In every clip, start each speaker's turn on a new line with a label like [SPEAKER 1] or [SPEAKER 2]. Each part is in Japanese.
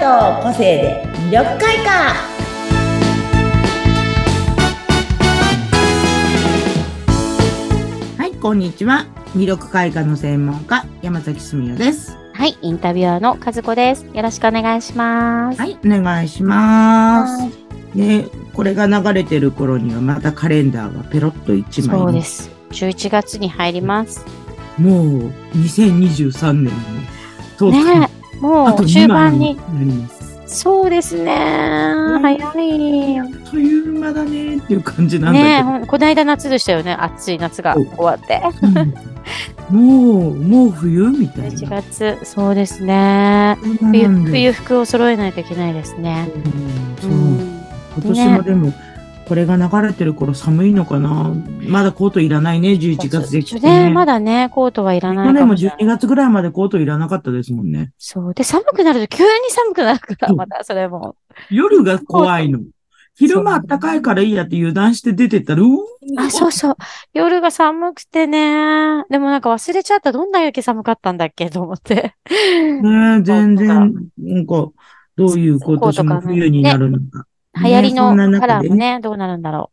[SPEAKER 1] の個性で魅力開花はいこんにちは魅力開花の専門家山崎すみよです
[SPEAKER 2] はい、インタビュアーの和子です。よろしくお願いします。
[SPEAKER 1] はいお願いしますねこれが流れてる頃にはまたカレンダーがペロッと一枚に
[SPEAKER 2] そうです。11月に入ります。
[SPEAKER 1] もう2023年のトーク
[SPEAKER 2] ねえ、も
[SPEAKER 1] あと
[SPEAKER 2] う終
[SPEAKER 1] 2
[SPEAKER 2] 盤
[SPEAKER 1] 枚
[SPEAKER 2] に
[SPEAKER 1] に。なります
[SPEAKER 2] そうですね。早い。
[SPEAKER 1] あっという間だねっていう感じなん
[SPEAKER 2] ねえ
[SPEAKER 1] だ
[SPEAKER 2] ほん、こないだ夏でしたよね。暑い夏が
[SPEAKER 1] そう
[SPEAKER 2] 終わって。
[SPEAKER 1] けど、もうもう冬みたい
[SPEAKER 2] 11
[SPEAKER 1] な
[SPEAKER 2] 月、そうですね。冬、冬服を揃えないといけないですね。
[SPEAKER 1] そうう、
[SPEAKER 2] ん。
[SPEAKER 1] 今年もでも、これが流れてる頃寒いのかなまだコートいらないね、11月できて、
[SPEAKER 2] ね、まだね、コートはいらな
[SPEAKER 1] 去
[SPEAKER 2] いか
[SPEAKER 1] 年も
[SPEAKER 2] もしれない。
[SPEAKER 1] 12月ぐらいまでコートいらなかったですもんね。
[SPEAKER 2] そう。で、寒くなると急に寒くなるから、
[SPEAKER 1] そう
[SPEAKER 2] またそれも。
[SPEAKER 1] 夜が怖いの。昼間暖かいからいいやって油断して出てったら、うー
[SPEAKER 2] あ、 そうそう。夜が寒くてね。でもなんか忘れちゃった。どんな雪寒かったんだっけと思って。
[SPEAKER 1] ねえ全然、なんか、どういう今年も冬になるのか。
[SPEAKER 2] 流行り
[SPEAKER 1] ねそんな中
[SPEAKER 2] の
[SPEAKER 1] で
[SPEAKER 2] カラーもね、どうなるんだろ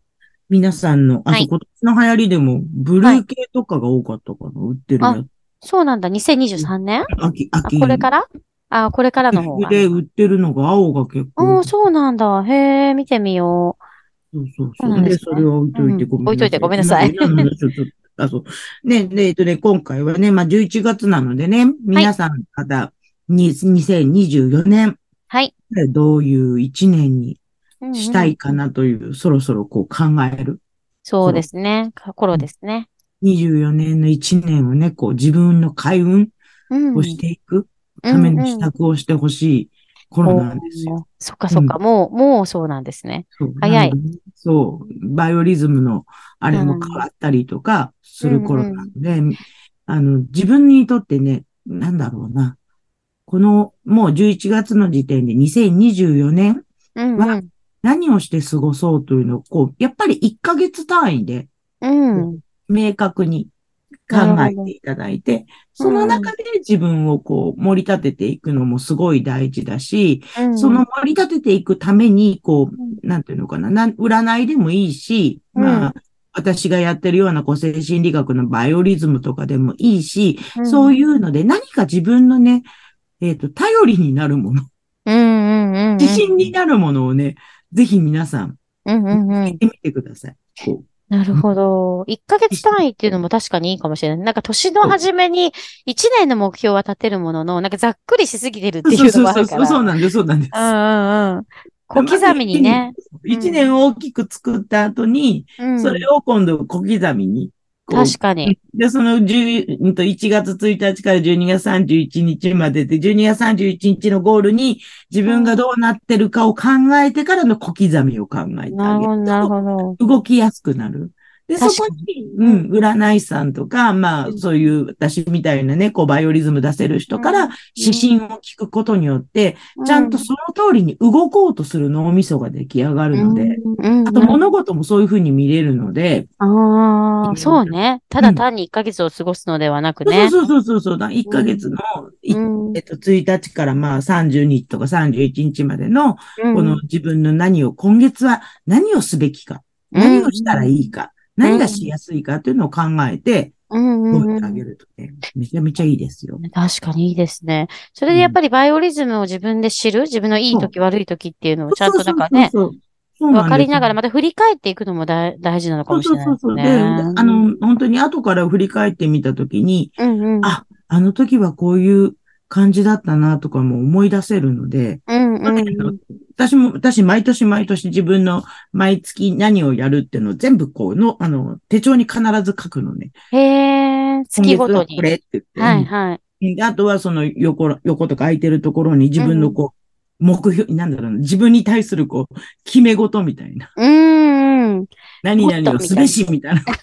[SPEAKER 1] 皆さんの、あ
[SPEAKER 2] は
[SPEAKER 1] と
[SPEAKER 2] い
[SPEAKER 1] 今年の流行りでも、ブルー系とかが多かったかな、売ってるや
[SPEAKER 2] う。そうなんだ。2023年
[SPEAKER 1] つ。秋、
[SPEAKER 2] あ、
[SPEAKER 1] 秋。
[SPEAKER 2] これからあ、これからの方が。
[SPEAKER 1] で売ってるのが青が結
[SPEAKER 2] お
[SPEAKER 1] 構。
[SPEAKER 2] ー、そうなんだ。へえ、見てみよ
[SPEAKER 1] そうそうそ
[SPEAKER 2] そ
[SPEAKER 1] うう。
[SPEAKER 2] なん
[SPEAKER 1] で、
[SPEAKER 2] ですね
[SPEAKER 1] それを置いといて
[SPEAKER 2] うん
[SPEAKER 1] ごめんなさい。
[SPEAKER 2] 置いといてごめ
[SPEAKER 1] 今の話
[SPEAKER 2] んなさい
[SPEAKER 1] をちょっとあ、そう。ね、で、えっとね、今回はね、まあ、11月なのでね、皆さん方に、2024年、
[SPEAKER 2] う。はい。
[SPEAKER 1] どういう1年に
[SPEAKER 2] うんうん
[SPEAKER 1] したいかなという、そろそろこう考える。
[SPEAKER 2] そうですね。か頃ですね。
[SPEAKER 1] 24年の1年をね、こう自分の開運
[SPEAKER 2] うん。
[SPEAKER 1] をしていくための支
[SPEAKER 2] うんうん
[SPEAKER 1] 度をしてほしい頃なんですよ。
[SPEAKER 2] おーそっかそっか。もう、もうそうなんですね。
[SPEAKER 1] そう
[SPEAKER 2] 早い
[SPEAKER 1] なのでねそう。バイオリズムのあれも変わったりとかする頃なので、あの、自分にとってね、なんだろうな。この、もう11月の時点で2024年、
[SPEAKER 2] うん
[SPEAKER 1] わ
[SPEAKER 2] うん。
[SPEAKER 1] 何をして過ごそうというのを、こう、やっぱり1ヶ月単位で
[SPEAKER 2] うん。
[SPEAKER 1] 明確に考えていただいて、
[SPEAKER 2] なる
[SPEAKER 1] そ
[SPEAKER 2] ほど
[SPEAKER 1] の中で自分をこう、盛り立てていくのもすごい大事だし、
[SPEAKER 2] うん
[SPEAKER 1] その、盛り立てていくために、こ
[SPEAKER 2] うん
[SPEAKER 1] う、なんていうのかな、なん占いでもいいし、
[SPEAKER 2] うん
[SPEAKER 1] まあ、私がやってるような個性心理学のバイオリズムとかでもいいし、そう
[SPEAKER 2] い
[SPEAKER 1] いうので何か自分のね、えっ、と、頼りになるもの、
[SPEAKER 2] うん。うんうんうん。
[SPEAKER 1] 自信になるものをね、ぜひ皆さん、
[SPEAKER 2] うんうんうん
[SPEAKER 1] 見。てみてください。こ
[SPEAKER 2] なるほど。1ヶ月単位っていうのも確かにいいかもしれない。なんか年の初めに1年の目標は立てるものの、なんかざっくりしすぎてるっ
[SPEAKER 1] う
[SPEAKER 2] て
[SPEAKER 1] そ
[SPEAKER 2] いう
[SPEAKER 1] そ
[SPEAKER 2] うのも
[SPEAKER 1] う
[SPEAKER 2] あ
[SPEAKER 1] そう
[SPEAKER 2] るか
[SPEAKER 1] そう、
[SPEAKER 2] ら。
[SPEAKER 1] そう
[SPEAKER 2] う
[SPEAKER 1] なんです、そうなんです。
[SPEAKER 2] んうんうん。小刻みにね。
[SPEAKER 1] 一年大きく作った後に、
[SPEAKER 2] うん。
[SPEAKER 1] それを今度小刻みに、こう
[SPEAKER 2] 確かに。
[SPEAKER 1] で、その10うんと1月1日から12月31日までで、12月31日のゴールに自分がどうなってるかを考えてからの小刻みを考えて
[SPEAKER 2] な
[SPEAKER 1] あ
[SPEAKER 2] るほ
[SPEAKER 1] げ
[SPEAKER 2] ど、
[SPEAKER 1] る
[SPEAKER 2] なる
[SPEAKER 1] と。
[SPEAKER 2] ほど。
[SPEAKER 1] 動きやすくなる。で、そ
[SPEAKER 2] 確か
[SPEAKER 1] こに、うん、占い師さんとか、まあ
[SPEAKER 2] う、ん
[SPEAKER 1] そういう私みたいなね、こう、バイオリズム出せる人か
[SPEAKER 2] う
[SPEAKER 1] ら指針を聞くことによって、ちゃんとその通りに動こうとする脳みそが出来上が
[SPEAKER 2] う
[SPEAKER 1] る
[SPEAKER 2] ん
[SPEAKER 1] ので、
[SPEAKER 2] うん。
[SPEAKER 1] あと物事もそういうふうに見れるので、
[SPEAKER 2] ああ、そうね。ただ単に1ヶ月を過ごすのではなくね。
[SPEAKER 1] そうそうそうそうそう、1ヶ月の、い
[SPEAKER 2] うん
[SPEAKER 1] えっと、1日からまあ30日とか31日までの、
[SPEAKER 2] うん
[SPEAKER 1] この自分の何を、今月は何をすべきか、何をしたらいいか、
[SPEAKER 2] ん
[SPEAKER 1] 何がしやすいかというのを考えて、
[SPEAKER 2] うんうんうん
[SPEAKER 1] 動いてあげるとね、めちゃめちゃいいですよ。
[SPEAKER 2] 確かにいいですね。それでやっぱりバイオリズムを自分で知る、自分のいい時悪い時っていうのをちゃんとなんかね、
[SPEAKER 1] そうそうそうそう、
[SPEAKER 2] わかりながら
[SPEAKER 1] ま
[SPEAKER 2] また振り返っていくのもだい大事なのかもしれないですね。
[SPEAKER 1] そうそうそうそうで、あの、本当に後から振り返ってみたときに、
[SPEAKER 2] うんうん。
[SPEAKER 1] ああの時はこういう感じだったなとかも思い出せるので、
[SPEAKER 2] うんうん
[SPEAKER 1] 私も、私、毎年毎年自分の毎月何をやるっていうのを全部こうの、あの、手帳に必ず書くのね。
[SPEAKER 2] へえ、月ご
[SPEAKER 1] 今月は
[SPEAKER 2] とに
[SPEAKER 1] こ。れって言って。
[SPEAKER 2] はいは
[SPEAKER 1] う
[SPEAKER 2] い。
[SPEAKER 1] んであとはその横、横とか空いてるところに自分のこう、目標、なんだろうな、自分に対するこう、決め事みたいな。
[SPEAKER 2] うんうん。
[SPEAKER 1] 何々をすべしみたい なこと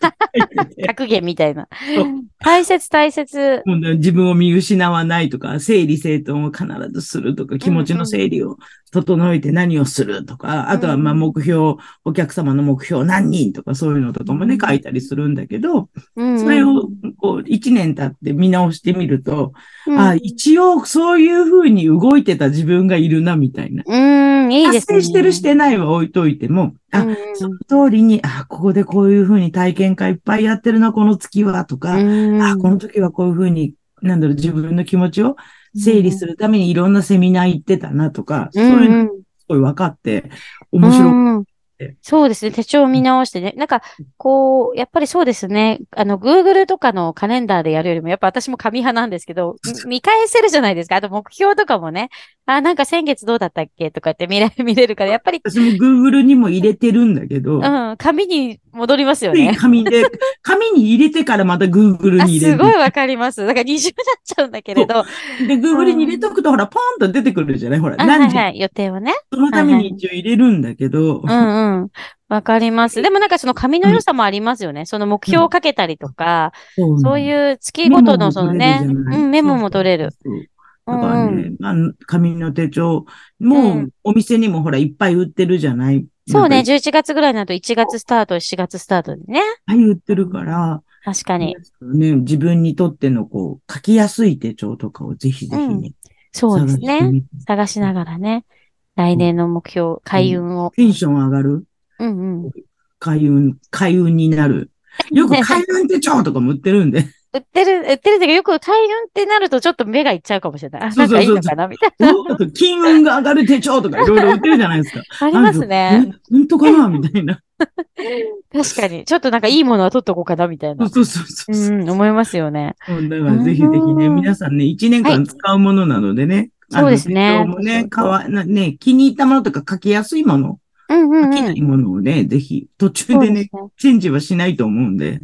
[SPEAKER 1] 書いてて。
[SPEAKER 2] 格言みたいな
[SPEAKER 1] そう。
[SPEAKER 2] 大切大切。
[SPEAKER 1] もうね自分を見失わないとか、整理整頓を必ずするとか、気持ちの整理を整えて何をするとか、あとはまあ目標、お客様の目標何人とかそういうのとかもね、書いたりするんだけど、
[SPEAKER 2] うんうん
[SPEAKER 1] それをこう一年経って見直してみると、
[SPEAKER 2] うん
[SPEAKER 1] あ、一応そういう風に動いてた自分がいるな、みたいな。
[SPEAKER 2] うーん、いいです
[SPEAKER 1] 達
[SPEAKER 2] ね。
[SPEAKER 1] 成してるしてないは置いといても、あ、
[SPEAKER 2] うん
[SPEAKER 1] その通りに、あ、ここでこういう風に体験会いっぱいやってるな、この月は、とか、
[SPEAKER 2] うん
[SPEAKER 1] あ、この時はこういう風に、なんだろう、自分の気持ちを整理するためにいろんなセミナー行ってたな、とか、そういうの
[SPEAKER 2] うん
[SPEAKER 1] すごい分かって、
[SPEAKER 2] うん
[SPEAKER 1] 面白く
[SPEAKER 2] うん
[SPEAKER 1] て
[SPEAKER 2] そうですね。手帳を見直してね。なんか、こう、やっぱりそうですね。あの、Google とかのカレンダーでやるよりも、やっぱ私も紙派なんですけど、み見返せるじゃないですか。あと目標とかもね。あ、なんか先月どうだったっけとかって見れ、見れるから、やっぱり、
[SPEAKER 1] 私も Google にも入れてるんだけど、
[SPEAKER 2] うん、紙に戻りますよ
[SPEAKER 1] つい
[SPEAKER 2] ね。
[SPEAKER 1] 紙 で、紙に入れてからまた Google
[SPEAKER 2] あ、
[SPEAKER 1] に入れ
[SPEAKER 2] す
[SPEAKER 1] る。
[SPEAKER 2] ごいわかります。だから二重になっちゃうんだけれど。
[SPEAKER 1] で、Google に入れとくと、ほら、ポンと出てくるじゃないほら、
[SPEAKER 2] あは
[SPEAKER 1] 何
[SPEAKER 2] い
[SPEAKER 1] 時、
[SPEAKER 2] はい、予定をね。
[SPEAKER 1] そのために一応入れるんだけど、
[SPEAKER 2] うんうん。わかります。でもなんかその紙の良さもありますよね。その目標をかけたりとか、そう
[SPEAKER 1] う
[SPEAKER 2] いう月ごとのそのね、
[SPEAKER 1] メモも取れるじゃないそうそうそう
[SPEAKER 2] うん、メモも取れる。。う
[SPEAKER 1] だから
[SPEAKER 2] んう
[SPEAKER 1] ね
[SPEAKER 2] ん、、
[SPEAKER 1] まあ、紙の手帳、も
[SPEAKER 2] う
[SPEAKER 1] うお店にもほらいっぱい売ってるじゃない
[SPEAKER 2] そう
[SPEAKER 1] な
[SPEAKER 2] ね、
[SPEAKER 1] んかいっ
[SPEAKER 2] 11月ぐらいになると1月スタート、4月スタートでね。
[SPEAKER 1] ぱい売ってるから、
[SPEAKER 2] 確かに。
[SPEAKER 1] ね、自分にとってのこう、書きやすい手帳とかをぜひぜひね、
[SPEAKER 2] そうです
[SPEAKER 1] 探して
[SPEAKER 2] ね。
[SPEAKER 1] みて
[SPEAKER 2] 探しながらね、来年の目標、開運を。
[SPEAKER 1] テンション上がる
[SPEAKER 2] うんうん。
[SPEAKER 1] 開運、開運にな る。よく開運手帳とかも売ってるんで、
[SPEAKER 2] 売ってる、売ってるけど、よく開運ってなるとちょっと目がいっちゃうかもしれない。あ、
[SPEAKER 1] そ
[SPEAKER 2] な
[SPEAKER 1] うんそう
[SPEAKER 2] かいい
[SPEAKER 1] そう
[SPEAKER 2] のかなみたい
[SPEAKER 1] おあと金運が上がる手帳とかいろいろ売ってるじゃないですか。
[SPEAKER 2] な。ありますね。
[SPEAKER 1] え。本当かなみたいな。
[SPEAKER 2] 確かに。ちょっとなんかいいものは取っとこうかなみたい
[SPEAKER 1] そ
[SPEAKER 2] な
[SPEAKER 1] う。そうそうそうう。
[SPEAKER 2] んうん、思いますよね。
[SPEAKER 1] そうだからぜひぜひね、
[SPEAKER 2] うん
[SPEAKER 1] 皆さんね、1年
[SPEAKER 2] は
[SPEAKER 1] 間
[SPEAKER 2] い
[SPEAKER 1] 使うものなのでね。あ
[SPEAKER 2] そ
[SPEAKER 1] の
[SPEAKER 2] うですね
[SPEAKER 1] 手帳もね、
[SPEAKER 2] そうそう
[SPEAKER 1] かわなね、気に入ったものとか書きやすいもの、
[SPEAKER 2] うんう
[SPEAKER 1] 書
[SPEAKER 2] ん
[SPEAKER 1] き
[SPEAKER 2] う。
[SPEAKER 1] なんいものをね、ぜひ、途中
[SPEAKER 2] そう
[SPEAKER 1] で
[SPEAKER 2] です
[SPEAKER 1] ね
[SPEAKER 2] ね、。
[SPEAKER 1] チェンジはしないと思うんで。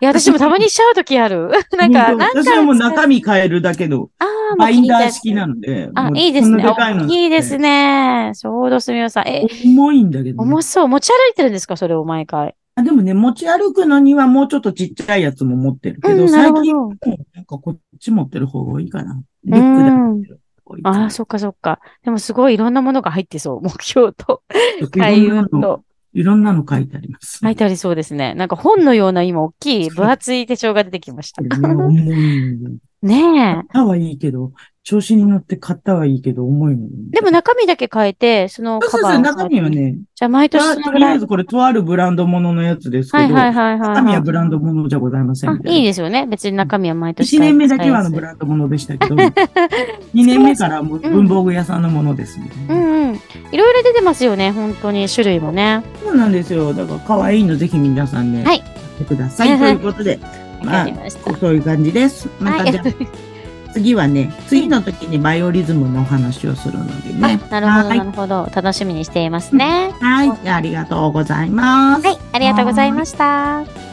[SPEAKER 2] いや、私もたまにしちゃうときある。なんか、
[SPEAKER 1] 本
[SPEAKER 2] なん
[SPEAKER 1] 当
[SPEAKER 2] か、
[SPEAKER 1] 私はもう中身変えるだけど、
[SPEAKER 2] あーもう
[SPEAKER 1] バインダ
[SPEAKER 2] 気に入
[SPEAKER 1] ー
[SPEAKER 2] った
[SPEAKER 1] 式なので、
[SPEAKER 2] あ
[SPEAKER 1] も、う
[SPEAKER 2] いいです
[SPEAKER 1] こ
[SPEAKER 2] ね。
[SPEAKER 1] んなでかいの
[SPEAKER 2] 大きいですね。ちょうどすみません。え、
[SPEAKER 1] 重いんだけどね、
[SPEAKER 2] 重そう。持ち歩いてるんですかそれを毎回。
[SPEAKER 1] あでもね、持ち歩くのにはもうちょっとちっちゃいやつも持ってるけ
[SPEAKER 2] う
[SPEAKER 1] ど、
[SPEAKER 2] ん、な
[SPEAKER 1] 最
[SPEAKER 2] るほ
[SPEAKER 1] 近
[SPEAKER 2] ど。
[SPEAKER 1] なんかこっち持ってる方がいいかな。リュックだ持ってる方がいいか
[SPEAKER 2] あ
[SPEAKER 1] な
[SPEAKER 2] あ、そっかそっか。でもすごいいろんなものが入ってそう。目標 と、
[SPEAKER 1] い
[SPEAKER 2] 開
[SPEAKER 1] ろん
[SPEAKER 2] 運
[SPEAKER 1] なの、
[SPEAKER 2] と。
[SPEAKER 1] いろんなの書いてあります。
[SPEAKER 2] 入ってありそうですね。なんか本のような今、大きい分厚い手帳が出てきま した。
[SPEAKER 1] 重いのよ。買
[SPEAKER 2] ねえ
[SPEAKER 1] っ。たはいいけど、調子に乗って買ったはいいけど、重いのよ。
[SPEAKER 2] でも中身だけ変えて、その
[SPEAKER 1] そうそ
[SPEAKER 2] カ
[SPEAKER 1] う
[SPEAKER 2] バ
[SPEAKER 1] そ
[SPEAKER 2] ー
[SPEAKER 1] う、
[SPEAKER 2] を
[SPEAKER 1] 中身は。ね、
[SPEAKER 2] じゃあ毎
[SPEAKER 1] と
[SPEAKER 2] 年
[SPEAKER 1] あ
[SPEAKER 2] その
[SPEAKER 1] と
[SPEAKER 2] ぐ
[SPEAKER 1] り
[SPEAKER 2] ら
[SPEAKER 1] あえ
[SPEAKER 2] い。
[SPEAKER 1] ずこれとあるブランドもののやつですけ
[SPEAKER 2] は
[SPEAKER 1] ど、
[SPEAKER 2] いはいはいはい。
[SPEAKER 1] 中身はブランドものじゃございません
[SPEAKER 2] あ
[SPEAKER 1] み、たい
[SPEAKER 2] いい
[SPEAKER 1] な。
[SPEAKER 2] ですよね。別に中身は毎年。
[SPEAKER 1] 1年目だけはあのブランドものでした けど、2年目からもう文房具屋さんのものですみたいな
[SPEAKER 2] う。んうん。いろいろ出てますよね、本当に種類もね。
[SPEAKER 1] そうなんですよ。だから可愛いのぜひ皆さんね、
[SPEAKER 2] はい
[SPEAKER 1] やってください。
[SPEAKER 2] はい
[SPEAKER 1] と
[SPEAKER 2] はい
[SPEAKER 1] いうことで、
[SPEAKER 2] わかりました。
[SPEAKER 1] そういう感じです。ま
[SPEAKER 2] は
[SPEAKER 1] たじ
[SPEAKER 2] い
[SPEAKER 1] ゃ。あ次はね、次の時にバイオリズムのお話をするので
[SPEAKER 2] あ
[SPEAKER 1] ね。
[SPEAKER 2] なるほど、
[SPEAKER 1] はい
[SPEAKER 2] なるほど。楽しみにしていますね。
[SPEAKER 1] はい、じゃあありがとうございます。
[SPEAKER 2] はい、ありがとうございました。